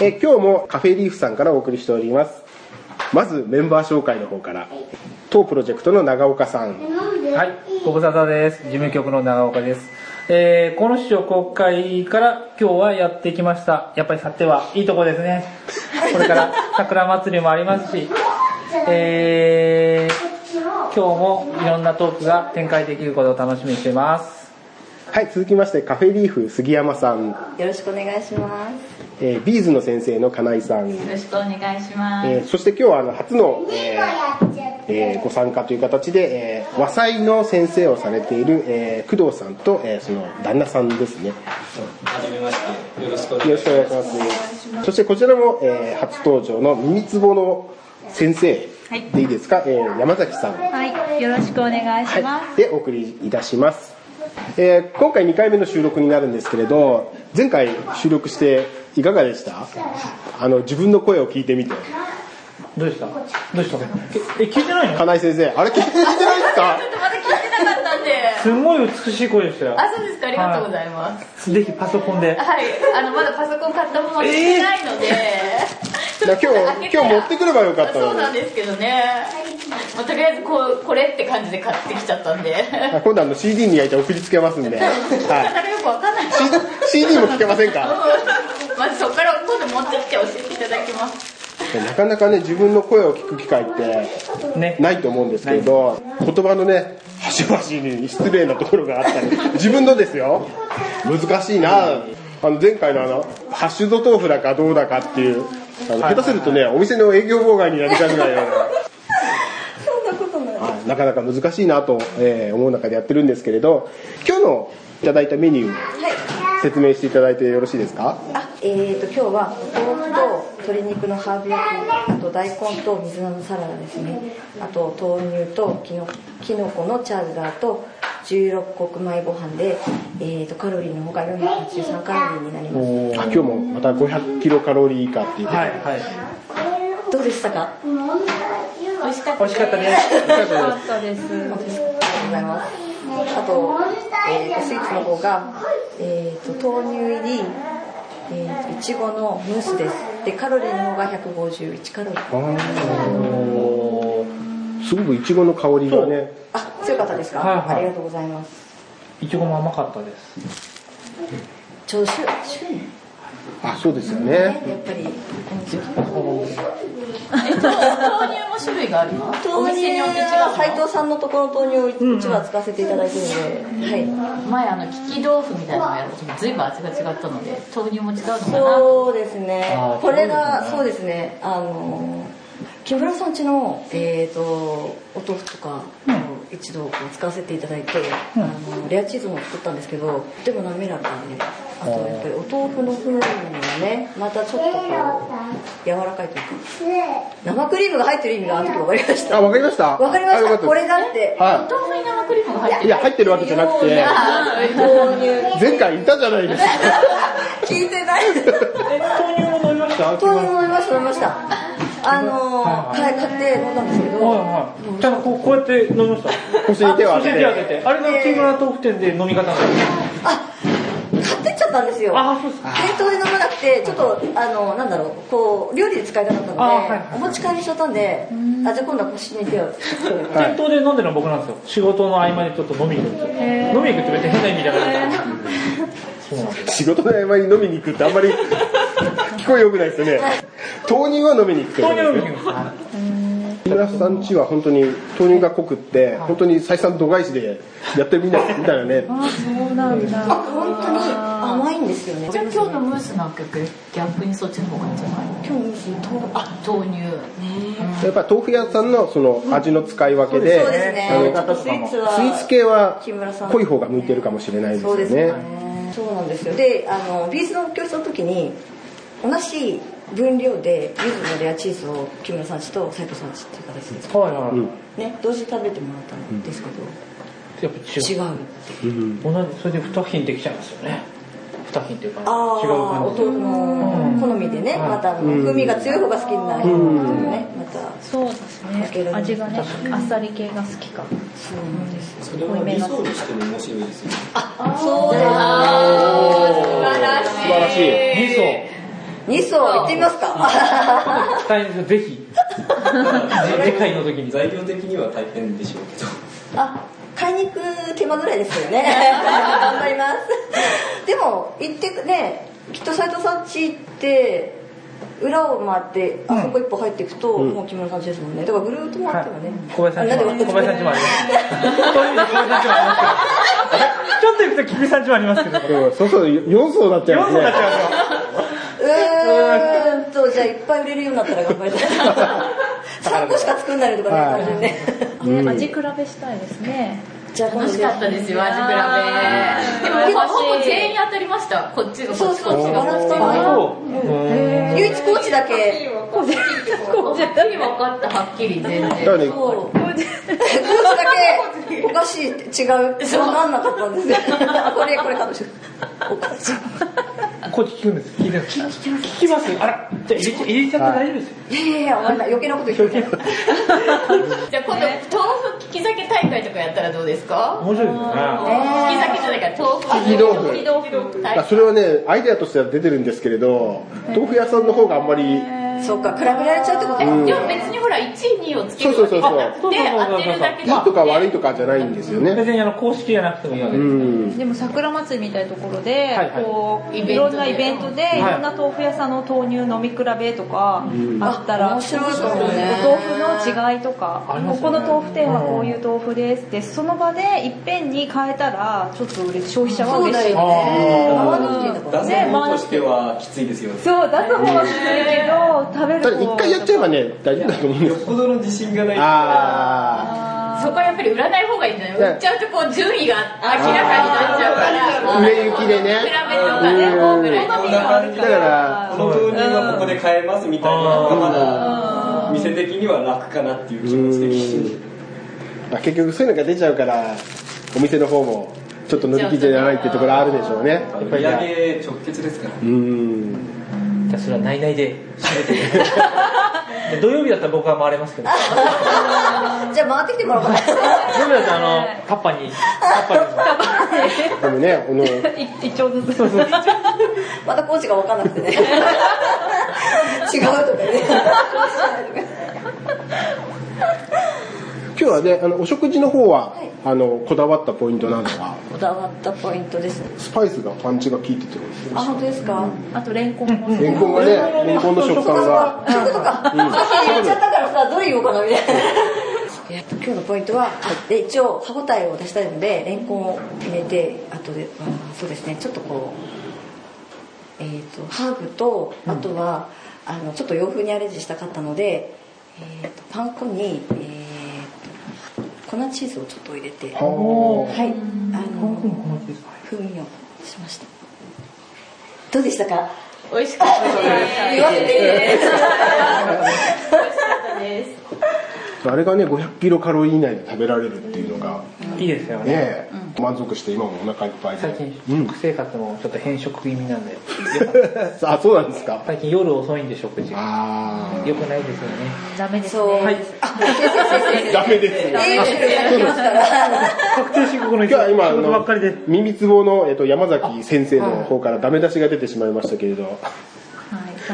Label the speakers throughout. Speaker 1: え今日もカフェリーフさんからお送りしておりますまずメンバー紹介の方から当プロジェクトの長岡さん
Speaker 2: はい、ご無沙汰です。事務局の長岡です。えー、この市長国会から今日はやってきました。やっぱりさてはいいとこですね。これから桜祭りもありますし、えー、今日もいろんなトークが展開できることを楽しみにしています。
Speaker 1: はい続きましてカフェリーフ杉山さん、
Speaker 3: よろしくお願いします。
Speaker 1: えービーズの先生の金井さん、
Speaker 4: よろしくお願いします。
Speaker 1: えーそして今日はあの初の、えーえーご参加という形で、えー和裁の先生をされている、えー工藤さんと、えーその旦那さんですね
Speaker 5: はじめまして、よろしくお
Speaker 1: よ
Speaker 5: 願
Speaker 1: ろ
Speaker 5: い
Speaker 1: し
Speaker 5: し
Speaker 1: くお願いします。そしてこちらも、えー初登場の耳つぼの先生でいいですか、えー山崎さん、は
Speaker 4: はい、よろしくお願いします。
Speaker 1: い、でお送りいたします。えー今回2回目の収録になるんですけれど前回収録していかがでしたあの自分の声を聞いてみて
Speaker 2: どうでしたどうしたえ、聞いてないの
Speaker 1: 金井先生あれ聞いてないですか
Speaker 3: まだ聞いてなかったん で。
Speaker 2: すんごい美しい声でしたよ。
Speaker 3: あ、そうですか。ありがとうございます。
Speaker 2: ぜひパソコンで。
Speaker 3: はい。あのまだパソコン買ったまま来てないので。
Speaker 1: だから今日今日持ってくればよかった
Speaker 3: そうな
Speaker 1: の
Speaker 3: ん
Speaker 1: に
Speaker 3: ですけどね。まあとりあえずこうこれって感じで買ってきちゃったんで。
Speaker 1: あ今度あの CD に焼いて送りつけますんで、
Speaker 3: だか
Speaker 1: は
Speaker 3: らよくわかんない。
Speaker 1: い、C- CD も聞けませんか
Speaker 3: まずそこから今度持ってきて教えていただきます。
Speaker 1: なかなかね自分の声を聞く機会って
Speaker 2: ね。
Speaker 1: ないと思うんですけれど言葉のね端々に失礼なところがあったり自分のですよ難しいなあの前回のあのハッシュド豆腐だかどうだかっていうあの下手するとねお店の営業妨害になりたくないようなはいなかなか難しいなと、えー思う中でやってるんですけれど今日のいただいたメニューを説明していただいてよろしいですか
Speaker 3: あ、えっ、と今日は豆腐と鶏肉のハーブ焼き、あと大根と水菜のサラダですね。あと豆乳ときのきのこのチャウダーと16穀米ご飯で、えっ、とカロリーの方が483カロリーになります。
Speaker 1: あ今日もまた500キロカロリー以下っていうことで
Speaker 2: はい、はい。
Speaker 3: どうでしたか？
Speaker 4: 美味しかっ
Speaker 2: 美
Speaker 4: た
Speaker 2: 味しかったです。よかったです。
Speaker 3: ありがとうございます。あと、えー、スイーツの方が、えー、と豆乳入り、えー、といちごのムースです。でカロリーの方が151カロリー。
Speaker 1: すごくいちごの香りがね
Speaker 3: あ、強かったですか？
Speaker 2: はいはい
Speaker 3: ありがとうございます。
Speaker 2: いちごも甘かったです。
Speaker 3: 長州周年ね、
Speaker 1: あそうですよね
Speaker 3: やっぱ
Speaker 4: 豆
Speaker 3: り
Speaker 4: 乳も種類があるのお
Speaker 3: 豆乳
Speaker 4: 店によって違う
Speaker 3: は斉
Speaker 4: の
Speaker 3: 藤さんのところの豆乳を一話使わせていただいてるので、はい。
Speaker 4: 前あの、利き豆腐みたいなのやるときずいぶん味が違ったので、豆乳も違うのかなと。
Speaker 3: そうですね
Speaker 2: あ。ー
Speaker 3: これが
Speaker 2: そ
Speaker 3: そうですね。あの木村さん家のえっ、とお豆腐とか。一度こう使わせていただいて、
Speaker 2: うん
Speaker 3: あのレアチーズも作ったんですけどとても滑らかであとやっぱりお豆腐の風味がねまたちょっとこう柔らかいというか生クリームが入ってる意味があの時分かりました
Speaker 1: あわかりました
Speaker 3: 分かりま
Speaker 1: あよっ
Speaker 3: した
Speaker 1: たです
Speaker 3: これだって
Speaker 1: は
Speaker 4: 豆腐に生クリームが入って
Speaker 1: いい
Speaker 4: る。
Speaker 1: や入ってるわけじゃなくて
Speaker 3: 豆
Speaker 1: 前回いたじゃないですか
Speaker 3: 乳聞いてない
Speaker 2: え、豆乳も飲みました
Speaker 3: 豆乳飲みました飲みましたあのーはい買って飲んだんですけど
Speaker 2: はいはい。ちゃんとこうこうやって飲みました。
Speaker 1: 腰に手を当て
Speaker 2: あ腰に
Speaker 1: て
Speaker 2: 当てて。あれが木村豆腐店で飲み方なんです。
Speaker 3: あ買ってっちゃったんですよ
Speaker 2: あそうです
Speaker 3: 店頭で飲まなくてちょっとあのなんだろうこう料理で使いたかったので、
Speaker 2: あはいはい
Speaker 3: お持ち帰りしちゃったんであじゃあ今度は腰に手を
Speaker 1: はい
Speaker 2: 店頭で飲んでるのは僕なんですよ。仕事の合間にちょっと飲みに行くんですよ。飲みに行くって別に変な意味じゃないそうなんです。
Speaker 1: 仕事の合間に飲みに行くってあんまり 聞こえよくないですよね豆乳は飲みに行くってこと
Speaker 2: 豆乳
Speaker 1: で
Speaker 2: 飲
Speaker 1: す
Speaker 2: み
Speaker 1: よ
Speaker 2: に行くんですは
Speaker 1: 木村さん家は本当に豆乳が濃くって本当に採算度外視でやってみない みたいなね
Speaker 3: あ本当に甘いんですよね
Speaker 4: じゃあ今日のムースなんか逆にそっちの方がいいんじゃない
Speaker 3: 今日の日とあ
Speaker 4: あ、豆乳。
Speaker 1: やっぱ豆腐屋さんのその味の使い分けで
Speaker 3: そうですね
Speaker 1: あの
Speaker 3: ちょっとスイーツは
Speaker 1: スイーツ系は
Speaker 3: 木村さん
Speaker 1: 濃い方が向いてるかもしれないです
Speaker 3: そ
Speaker 1: よ
Speaker 3: うです
Speaker 1: ね
Speaker 3: よねそうなんですよであのビーズの教室の時に同じ分量でビーズのレアチーズを木村さんちと斉藤さんちっていう形で
Speaker 2: いは
Speaker 1: うん
Speaker 3: ね同時に食べてもらったんですけど、
Speaker 2: い。やっぱ違
Speaker 3: 違
Speaker 2: う。
Speaker 3: うっていう
Speaker 2: 同じ、それで二品できちゃいますよね。二品っていうか、違う
Speaker 3: ああお
Speaker 2: 感じ。
Speaker 3: 豆腐の好みでね、
Speaker 2: うん
Speaker 3: またあの風味が強い方が好きになるのね、また
Speaker 6: そうですね味がねあっさり系が好きか
Speaker 3: そうなんです
Speaker 5: ます。それは理想にしても面白 いですよね。
Speaker 3: そうだ
Speaker 1: 素晴らしい
Speaker 2: 味噌。
Speaker 3: 二層行ってみますか
Speaker 2: 聞きたいんですよ、ぜひ。次回の時に。
Speaker 5: 材料的には大変でしょうけど。
Speaker 3: あ買いに行く手間ぐらいですよね 頑張りますでも行ってねきっと斎藤さんち行って裏を回ってあそこ一歩入っていくと、もう木村さんちですもんねだからぐるーっと回ってはね、
Speaker 2: 小林さんち
Speaker 3: あ
Speaker 2: も
Speaker 3: な
Speaker 2: あ
Speaker 3: ん
Speaker 2: りま。
Speaker 3: です
Speaker 2: 小林さんちもあります。そういう意味で小林さんちもありますけど。ちょっと行くと菊池さんちもありますけど。
Speaker 1: うんそうそう、4層になっちゃいま
Speaker 2: 4
Speaker 1: す
Speaker 2: 層
Speaker 1: ね。
Speaker 2: になっちゃうんですよ。
Speaker 3: うーんとじゃあいっぱい売れるようになったら頑張り たい3個しか作んないのとかね、
Speaker 1: はい
Speaker 3: ね
Speaker 1: うん
Speaker 6: 味比べしたいですね。
Speaker 3: じゃあ今
Speaker 4: 楽
Speaker 3: 度
Speaker 4: しかったですよ、味比べ。でも、
Speaker 6: 欲しい
Speaker 4: ほぼ全員当たりました。こっちがこっち、こっちがこっち
Speaker 3: そう
Speaker 4: が。
Speaker 3: そ
Speaker 2: へ
Speaker 3: 唯一コーチだけ
Speaker 4: 絶対分かった、はっきり、全
Speaker 1: だから
Speaker 4: 然。
Speaker 1: ね、
Speaker 3: そうコーチだけおかしい違うそうなんなかったんですよこれこれ彼女おかしい
Speaker 2: こっち聞くんです。聞いてます。聞きます。あら、じゃあ入れちゃ入れちゃって大丈夫ですよ。
Speaker 3: いやいやいや、わかんない。余計なこと言ってる。
Speaker 4: じゃあ、今度、豆腐利き酒大会とかやったらどうですか
Speaker 2: 面白いですね。
Speaker 4: 利き酒じゃないから、豆腐。
Speaker 1: 利き豆腐
Speaker 4: 利き豆腐。
Speaker 1: あそれはね、アイデアとしては出てるんですけれど、豆腐屋さんの方があんまり、
Speaker 3: そうか、比べられちゃうってことか。
Speaker 1: うん
Speaker 4: でも別にほら1位2位をつけるわけじゃなく
Speaker 2: そうそうそうそう
Speaker 4: て当てるだけ
Speaker 1: いい
Speaker 4: じゃなく
Speaker 1: と
Speaker 4: て
Speaker 1: か悪いとかじゃないんですよね。
Speaker 2: 別にあの公式じゃなくてもいいわけ
Speaker 1: う
Speaker 2: です。
Speaker 1: ん。
Speaker 6: でも桜祭りみたいなところで、
Speaker 2: はいはい
Speaker 6: こう
Speaker 4: イベ
Speaker 6: い
Speaker 4: ントで
Speaker 6: ろんなイベントで、
Speaker 2: い
Speaker 6: い、ろんな豆腐屋さんの豆乳飲み比べとかあった
Speaker 3: あ
Speaker 6: ら、
Speaker 3: 面白いかもね
Speaker 6: お豆腐の違いとか、
Speaker 2: ありま
Speaker 6: こ
Speaker 2: すよね
Speaker 6: この豆腐店はこういう豆腐ですってその場でいっぺんに変えたらちょっと嬉しい消費者は
Speaker 3: そう
Speaker 6: 嬉
Speaker 3: だ
Speaker 6: しい
Speaker 3: よね。合わなくていいんだから
Speaker 5: 男
Speaker 3: ね。
Speaker 5: 性の方としてはきついですよね。
Speaker 6: そう出す方はきついけど食べ
Speaker 1: た
Speaker 6: る
Speaker 1: だ
Speaker 6: 方
Speaker 1: 一回やっちゃえばね、大丈夫だと思うんで
Speaker 5: よ
Speaker 1: す
Speaker 5: っぽどの自信がないと。
Speaker 1: あ
Speaker 4: そこはやっぱり売らない方がいいんじゃない
Speaker 1: ね
Speaker 4: 売っちゃうとこう順位が明らかになっちゃうから
Speaker 1: ー、上行きでね
Speaker 4: 比べ。とかね
Speaker 1: うん
Speaker 4: もうぐらい
Speaker 5: こんな感じ
Speaker 1: だから、
Speaker 5: この豆乳はここで買えますみたいなのがまだ店的には楽かなっていう気持ち的に。
Speaker 1: まあ、結局そういうのが出ちゃうから、お店の方も、ちょっと乗り切ってないっていうところあるでしょうね。やっぱ
Speaker 5: 売
Speaker 1: りね。
Speaker 5: り上げ直結ですから。
Speaker 1: うん。
Speaker 2: じゃあそれは内々で 締めて。土曜日だったら僕は回れますけど。
Speaker 3: じゃあ回ってきてもらおうかな。
Speaker 2: 土曜日だったらあの、タッパに、タッパに。
Speaker 1: でもね、この、
Speaker 6: い一丁ずつ そうそう
Speaker 3: またコーチが分かんなくてね。違うとかね。
Speaker 1: 今日はね、あの、お食事の方は
Speaker 3: はい、
Speaker 1: あの、こだわったポイントなどは、
Speaker 3: こだわったポイントですね。
Speaker 1: スパイスがパンチが効いてて美味しい。
Speaker 3: あ、本当ですか
Speaker 6: あとレンコンも
Speaker 1: レンコンがね、レンコンの食
Speaker 3: そ
Speaker 1: 感
Speaker 3: う
Speaker 1: が
Speaker 3: か。そういうことか。さっき言っちゃったからさ、どう言おうかなみたいな。今日のポイントは、で一応歯応えを出したいので、レンコンを入れて、あとで、あそうですね、ちょっとこう、えっ、と、ハーブと、あとは、あの、ちょっと洋風にアレンジしたかったので、えーとパン粉に、えーと粉チーズをちょっと入れて、はい、あ
Speaker 1: おー
Speaker 3: の、風味をしました。どうでしたか
Speaker 4: 美味しかったです
Speaker 3: 言わせて
Speaker 4: 美味しかったです
Speaker 1: あれがね、500キロカロリー以内で食べられるっていうのが、
Speaker 2: いいですよね。
Speaker 1: ね、満足して今もお腹いっぱいで。
Speaker 2: 最近食生活もちょっと変色気味なんで、
Speaker 1: あ、そうなんですか。
Speaker 2: 最近夜遅いんで食事が
Speaker 1: あ
Speaker 2: 良くないですよね
Speaker 6: ダメです
Speaker 3: そう。
Speaker 6: ね
Speaker 3: はい。あ、先生先
Speaker 1: あ。
Speaker 3: 生。
Speaker 1: ダメですね。
Speaker 3: いいですよ、やってますから。
Speaker 2: 確定申告の
Speaker 1: 今日は今、あ
Speaker 2: 仕事ばっかりで
Speaker 1: の、耳つぼの、えっと、山崎先生の方からダメ出しが出てしまいましたけれど、
Speaker 6: はい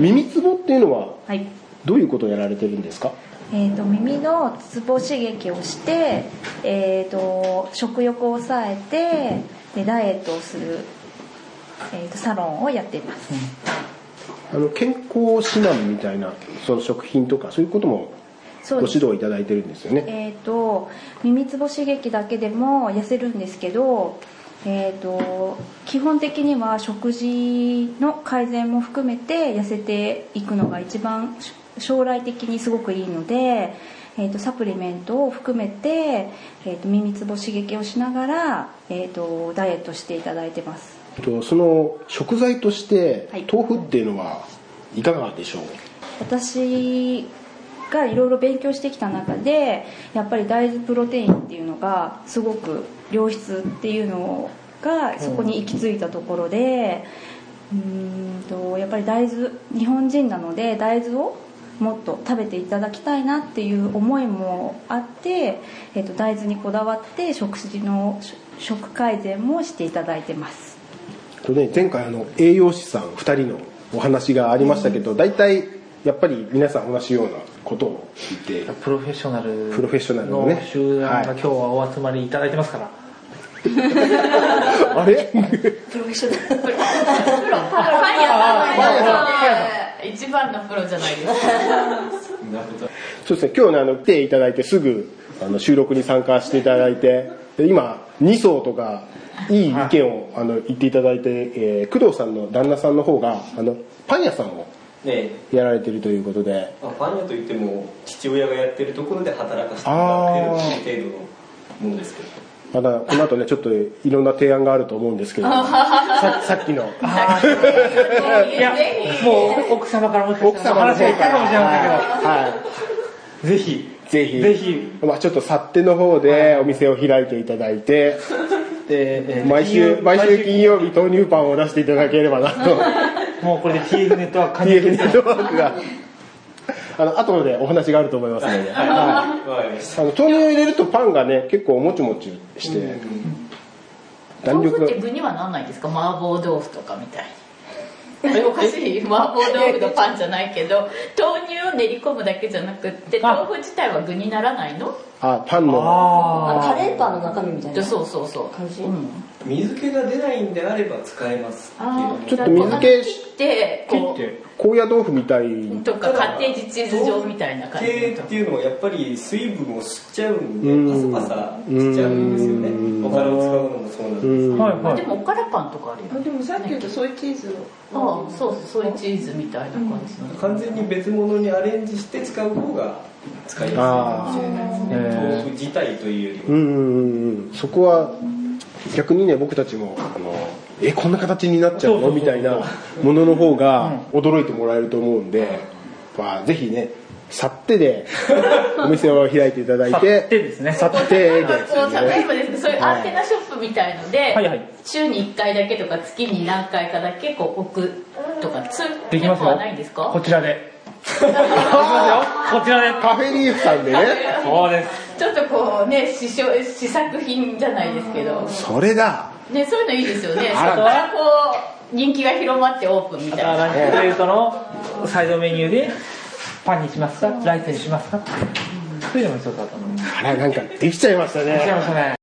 Speaker 1: 耳つぼっていうのは、
Speaker 6: はい
Speaker 1: どういうことをやられてるんですか
Speaker 6: えー、と耳のツボ刺激をして、えー、と食欲を抑えてでダイエットをする、えー、とサロンをやっています、
Speaker 1: あの、健康指南みたいな、その食品とか、そういうこともご
Speaker 6: そうで
Speaker 1: 指
Speaker 6: す
Speaker 1: 導いただいてるんですよね。
Speaker 6: えー、と耳つぼ刺激だけでも痩せるんですけど、えー、と基本的には食事の改善も含めて痩せていくのが一番し将来的にすごくいいので、えー、とサプリメントを含めて、えー、と耳つぼ刺激をしながら、えー、とダイエットしていただいてます
Speaker 1: えっとその食材として
Speaker 6: はい
Speaker 1: 豆腐っていうのはいかがでしょう、
Speaker 6: 私がいろいろ勉強してきた中でやっぱり大豆プロテインっていうのがすごく良質っていうのがそこに行き着いたところでうーんとやっぱり大豆日本人なので大豆をもっと食べていただきたいなっていう思いもあって、えっと大豆にこだわって食事の食改善もしていただいてます
Speaker 1: えっとね、前回あの栄養士さん2人のお話がありましたけど大体やっぱり皆さん同じようなことを聞いて
Speaker 2: プロフェッショナル
Speaker 1: プロフェッショナルの
Speaker 2: の
Speaker 1: ね
Speaker 2: 集団が
Speaker 1: はい
Speaker 2: 今日はお集まりいただいてますから、
Speaker 1: あれ
Speaker 3: プロフェッショナル
Speaker 4: プロ、プロ、パン屋さん。一番のプロじゃないですか。
Speaker 1: そうですね今日ねあの来ていただいてすぐあの収録に参加していただいてで今2層とかいい意見をあの言っていただいて、えー工藤さんの旦那さんの方があのパン屋さんを
Speaker 5: え
Speaker 1: やられてるということで
Speaker 5: まあ、パン屋といっても父親がやってるところで働かせてもらってるっていう程度のものですけど
Speaker 1: まだこの後ねちょっといろんな提案があると思うんですけどささっきの
Speaker 2: いやもう奥様からもしか
Speaker 1: 奥
Speaker 2: したら
Speaker 1: 様の
Speaker 2: 話が
Speaker 1: 方
Speaker 2: いった
Speaker 1: か
Speaker 2: からもしれませんけど、
Speaker 1: はいはい
Speaker 2: ぜひ
Speaker 1: ぜひ
Speaker 2: ぜひ
Speaker 1: まあ、ちょっと去っての方でお店を開いていただいて
Speaker 2: でえー
Speaker 1: 毎週
Speaker 2: TU
Speaker 1: 毎週金曜日豆乳パンを出していただければなと
Speaker 2: もうこれで TF ネットは完
Speaker 1: TF ネ
Speaker 2: 結
Speaker 1: ットワークがあの後でお話があると思いますので、はい
Speaker 5: わかりまし
Speaker 1: あの豆乳を入れるとパンがね結構もちもちして弾
Speaker 4: 豆
Speaker 1: 力
Speaker 4: 腐
Speaker 1: が
Speaker 4: って具にはなんないんですか麻婆豆腐とかみたいに。おかしい麻婆豆腐のパンじゃないけど豆乳を練り込むだけじゃなくって
Speaker 2: あ
Speaker 4: 豆腐自体は具にならないの
Speaker 1: あパンの
Speaker 2: あ
Speaker 3: あカレーパンの中身みたいな
Speaker 4: そうそうそう
Speaker 3: 感じ
Speaker 4: うん
Speaker 5: た水気が出ないんであれば使えますっていうのも
Speaker 1: ちょっと水気し
Speaker 4: 切ってこ
Speaker 2: 切って
Speaker 4: う
Speaker 1: 高野豆腐みたいに
Speaker 4: とかカッテージチーズ状みたいな感じ
Speaker 5: 系
Speaker 4: の
Speaker 5: っていうのはやっぱり水分を吸っちゃうん
Speaker 1: うん
Speaker 5: でパサパサしちゃうんですよ
Speaker 1: うん
Speaker 5: ねお金を使うのもそうなんです
Speaker 2: ーはいは
Speaker 4: で
Speaker 2: い
Speaker 4: もおからパンとかあるよね
Speaker 7: でもさっき言ったそういうチーズ
Speaker 4: ああそうそうそういうチーズみたいな感じの
Speaker 5: けど完全に別物にアレンジして使う方が使いやすいかもしれないですね
Speaker 2: あー
Speaker 5: 豆腐自体というよりも
Speaker 1: うんうんうんうんそこは逆にね僕たちもあのえこんな形になっちゃう
Speaker 2: そうそう
Speaker 1: の
Speaker 2: そう
Speaker 1: みたいなものの方が驚いてもらえると思うんで、まあ、ぜひね去って でお店を開いていただい
Speaker 2: 去
Speaker 1: て
Speaker 2: ってですね
Speaker 1: 去ってです
Speaker 4: こう例え
Speaker 1: ね
Speaker 4: ばですねそういうアンテナショップみたいので、
Speaker 2: はいはい
Speaker 4: 週に1回だけとか月に何回かだけこう置くとかそういう
Speaker 2: できます
Speaker 4: は
Speaker 2: よ
Speaker 4: ないんです
Speaker 2: こ
Speaker 4: か
Speaker 2: ちらでできますよこちらで
Speaker 1: カフェリーフさんでね
Speaker 2: そうです
Speaker 4: ちょっとこうね試食試作品じゃないですけど、
Speaker 1: それだ
Speaker 4: ね、そういうのいいですよね
Speaker 1: あら
Speaker 4: そこからこう人気が広まってオープンみたいな
Speaker 2: ランチプレートのサイドメニューでパンにしますかライスにしますかそういうのも一つあったので
Speaker 1: あらなんかできちゃいました
Speaker 2: いらっしゃい
Speaker 1: ね
Speaker 2: ましたね